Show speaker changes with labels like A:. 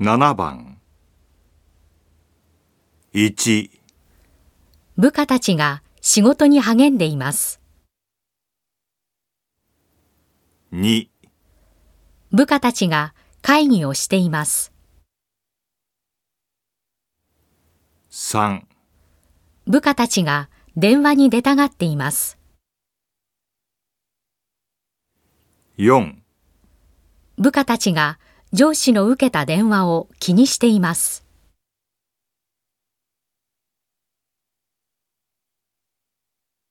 A: 7番1
B: 部下たちが仕事に励んでいます。
A: 2
B: 部下たちが会議をしています。
A: 3
B: 部下たちが電話に出たがっています。
A: 4
B: 部下たちが上司の受けた電話を気にしています。